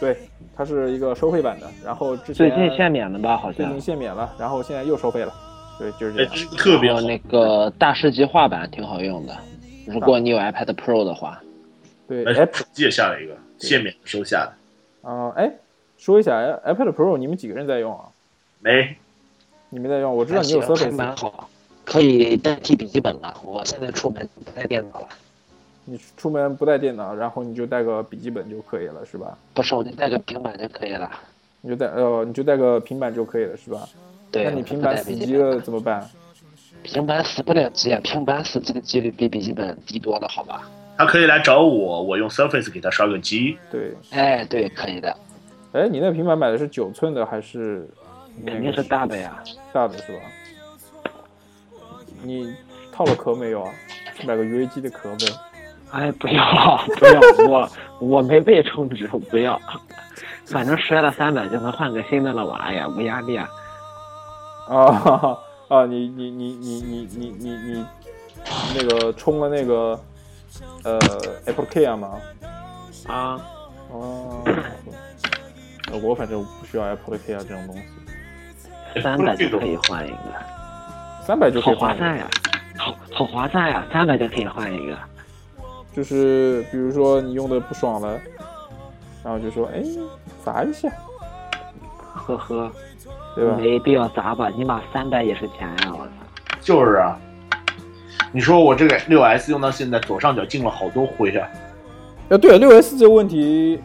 A: 对，它是一个收费版的，然后之前
C: 最近限免了吧？好
A: 最
C: 像
A: 近。限免了，然后现在又收费了，对，啊就是这
B: 哎，
A: 样
B: 这。是特别
C: 然
B: 好
C: 后。那个大师级画板挺好用的，如果你有 iPad Pro 的话。
A: 对
B: 哎，
A: ，App
B: 手机也下了一个，限免收下的。
A: 啊、哎，说一下 iPad Pro，你们几个人在用啊？
B: 没，
A: 你们在用？我知
E: 啊
A: 道你有
E: 还
A: Surface，
E: 蛮好，可以代替笔记本了。我现在出门不带电脑了，
A: 你出门不带电脑，然后你就带个笔记本就可以了，是吧？
E: 不是，我就带个平板就可以了。
A: 你就带呃，你就带个平板就可以了，是吧？
E: 对，
A: 那你
E: 我就
A: 平
E: 不
A: 板
E: 带
A: 死
E: 笔记
A: 机
E: 本
A: 了怎么办？
E: 平板死不了机啊，平板死机的几率比笔记本低多了，好吧？
B: 他可以来找我，我用 Surface 给他刷个机。
A: 对，
E: 哎，对，可以的，
A: 哎，你那平板买的是九寸的还是
C: 肯定是大的呀。
A: 大的是吧？你套了壳没有啊？买个 UAG 的壳呗。
E: 哎，不要不要，我我没被充值，不要。反正摔了三百就能换个新的了，我哎呀无压力啊。
A: 啊啊！你你你你你你你你那个充了那个呃 Apple Care 吗？
E: 啊，
A: 哦、呃我反正不需要 Apple Care 这种东西，
E: 三百就可以换一个，
A: 三百就可
E: 好
A: 以换
E: 划
A: 了。
E: 算呀，好好划算呀，三百就可以换一个。
A: 就是比如说你用的不爽了，然后就说哎砸一下，
E: 呵呵，
A: 对吧？
E: 没必要砸吧？你妈三百也是钱呀、我操！
B: 就是啊，你说我这个六 S 用到现在，左上角进了好多灰啊。
A: 呃，对，六 S 这个问题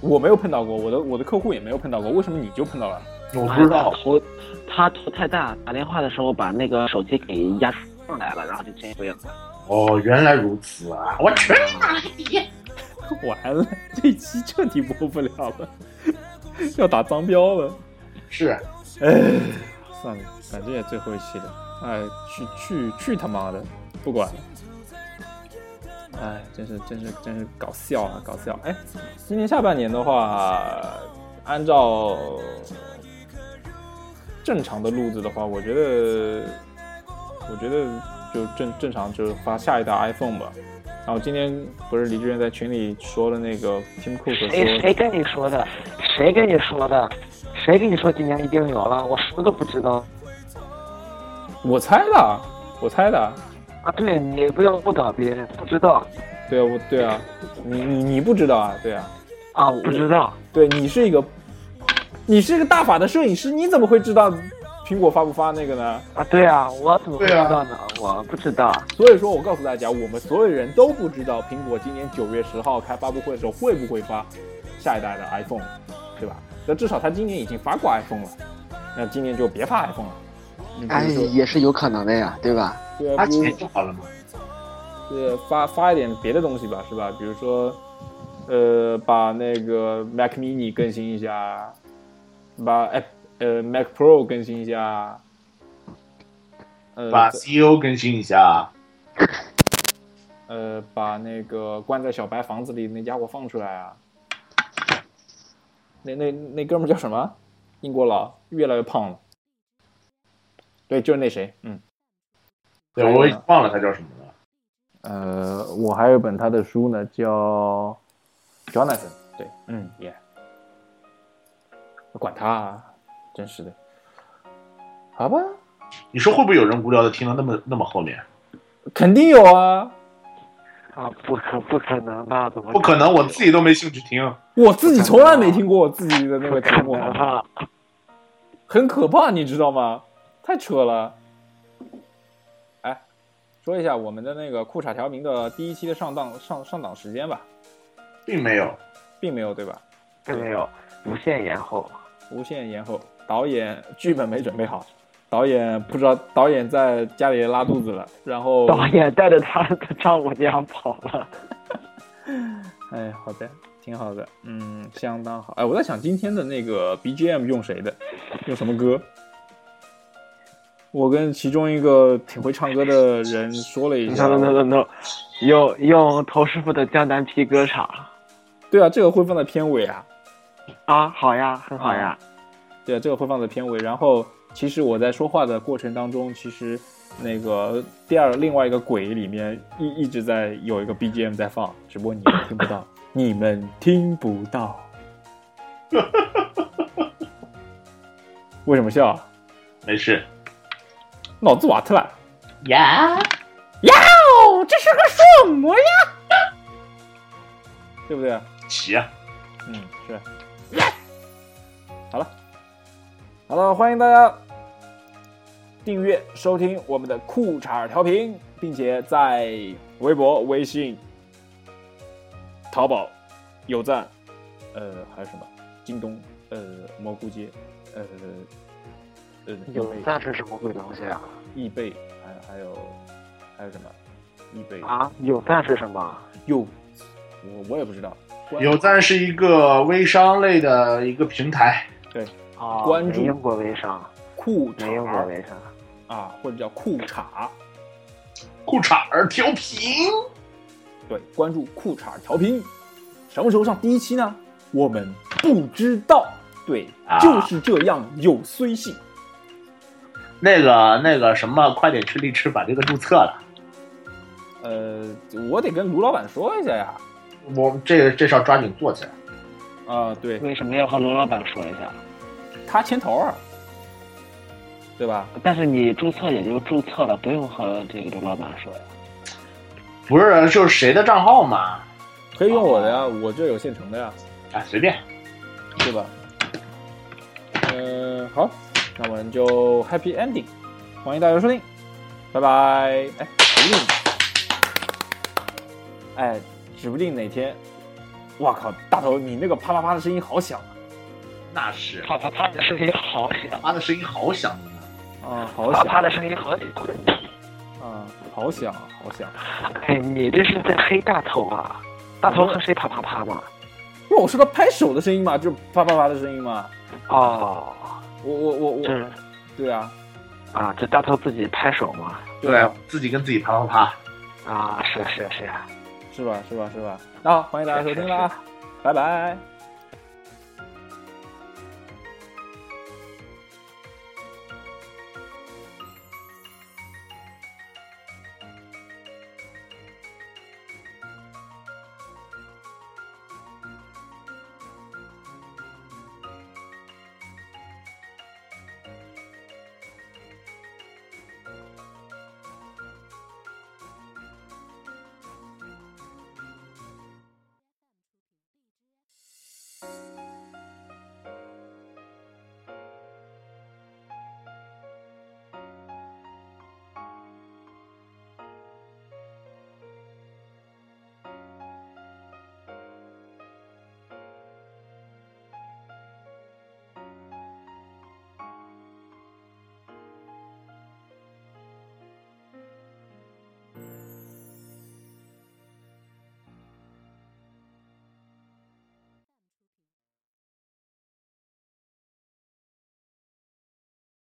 A: 我没有碰到过，我的我的客户也没有碰到过，为什么你就碰到了？
B: 我不知
E: 他
B: 道，
E: 哎头他头太大，打电话的时候把那个手机给压上来了，然后就真不用了。
B: 哦，原来如此啊！我去，
A: 完了，这一期彻底播不了了， 要打脏标了。
B: 是啊
A: 哎，算了，反正也最后一期了，哎，去去去他妈的，不管了。哎，真是真是真是搞笑啊，搞笑！哎，今年下半年的话，按照正常的路子的话，我觉得，我觉得就正正常就发下一代 iPhone 吧。然后今天不是李志远在群里说了那个 Tim Cook 说，
E: 谁谁跟你说的？谁跟你说的？谁跟你说今年一定有了？我什么都不知道
A: 我猜的，我猜的，
E: 啊！对你不要误导别人，不知道
A: 对啊，我对啊，你你你不知道啊，对啊，
E: 啊，不知道。
A: 对你是一个，你是一个大法的摄影师，你怎么会知道苹果发不发那个呢？
E: 啊，对啊，我怎么会知
B: 对啊
E: 道呢？我不知 道。
A: 所以说我告诉大家，我们所有人都不知道苹果今年九月十号开发布会的时候会不会发下一代的 iPhone，对吧？那至少它今年已经发过 iPhone 了，那今年就别发 iPhone 了。你比
C: 哎，
A: 如说，
C: 也是有可能的呀，对吧？
A: 对啊，
B: 他
A: 比如
B: 钱就好了嘛。
A: 呃发发一点别的东西吧，是吧？比如说，呃，把那个 Mac Mini 更新一下，把 App 呃 Mac Pro 更新一下，呃
B: 把 CEO 更新一下，啊
A: 呃把那个关在小白房子里那家伙放出来啊！那那那哥们儿叫什么？英国佬越来越胖了。对，就是那谁，嗯，
B: 对我已经忘了他叫什么了。
A: 呃，我还有一本他的书呢，叫 Jonathan。对，嗯，耶、管他、啊，真是的。好吧，
B: 你说会不会有人无聊的听到那么那么后面？
A: 肯定有啊，
E: 啊，不可不可能吧？怎么
B: 不可能，我自己都没兴致听。
A: 我自己从来没听过我啊自己的那个节
E: 可
A: 目，啊
E: 能吧？
A: 很可怕，你知道吗？太扯了。哎，说一下我们的那个裤衩调频的第一期的上档上上档时间吧，
B: 并没有，
A: 并没有对吧？
E: 并没有，无限延后。
A: 无限延后，导演剧本没准备好，导演不知道，导演在家里拉肚子了，然后，
E: 导演带着他的丈母娘跑了。
A: 哎，好的，挺好的，嗯，相当好。哎，我在想今天的那个 BGM 用谁的，用什么歌？我跟其中一个挺会唱歌的人说了一下
E: no，no no no no，用用头师傅的江南皮革厂
A: 对啊，这个会放在片尾啊，
E: 啊，好呀，很好呀。
A: 对啊，这个会放在片尾。然后，其实我在说话的过程当中，其实那个第二另外一个鬼里面一一直在有一个 BGM 在放，只不过你们听不到，你们听不到。为什么笑？
B: 没事。
A: 脑子瓦特了。
B: 呀，
A: 哦，这是个什么呀？对不对？
B: 齐啊！
A: 嗯，是。好了，好了，欢迎大家订阅收听我们的裤衩调频，并且在微博、微信、淘宝、有赞，呃，还有什么京东，呃，蘑菇街，呃，呃，
F: 有
A: 易贝
F: 赞是什么鬼东西啊？
A: 易贝，哎还有还有还有什么？易贝
E: 啊，有赞是什么？
A: 哟，我我也不知道。关
B: 有赞是一个微商类的一个平台，
E: 啊，
A: 关注
E: 没用过微商，
A: 裤
E: 没用过
A: 衩
E: 微商。
A: 啊，或者叫裤衩，
B: 裤衩儿调频。
A: 对，关注裤衩调频。什么时候上第一期呢？我们不知道。对，
B: 啊
A: 就是这样有虽性。
B: 那个那个什么，快点去荔枝把这个注册了。
A: 呃，我得跟卢老板说一下呀。
B: 我这这事儿抓紧做起来。
A: 啊、对
C: 为什么要和罗老板说一下？
A: 他牵头儿，对吧？
C: 但是你注册也就注册了，不用和这个罗老板说呀。
B: 不是，就是谁的账号嘛？
A: 可以用我的呀，我这有现成的呀，
B: 哎，随便。
A: 对吧？嗯、好，那我们就 Happy Ending，欢迎大家收听，拜拜。哎，指不定，哎，指不定哪天，哇靠，大头你那个啪啪啪的声音好响啊！
B: 那是
C: 啪啪啪的声音好响，
B: 他的声音好响啊！
A: 啊，好
C: 啪
A: 响
C: 啪的声音好响。
A: 啊，好响，好响！
C: 哎，你这是在黑大头啊？大头和谁啪啪啪嘛？
A: 不是我说他拍手的声音嘛，就是啪啪啪的声音嘛。
C: 哦，
A: 我我我
C: 这
A: 我，对啊，
C: 啊，这大头自己拍手嘛？
B: 对啊自己跟自己啪啪啪。
C: 啊，是是是。
A: 是吧？是吧？是吧？那好，欢迎大家收听啦，拜拜。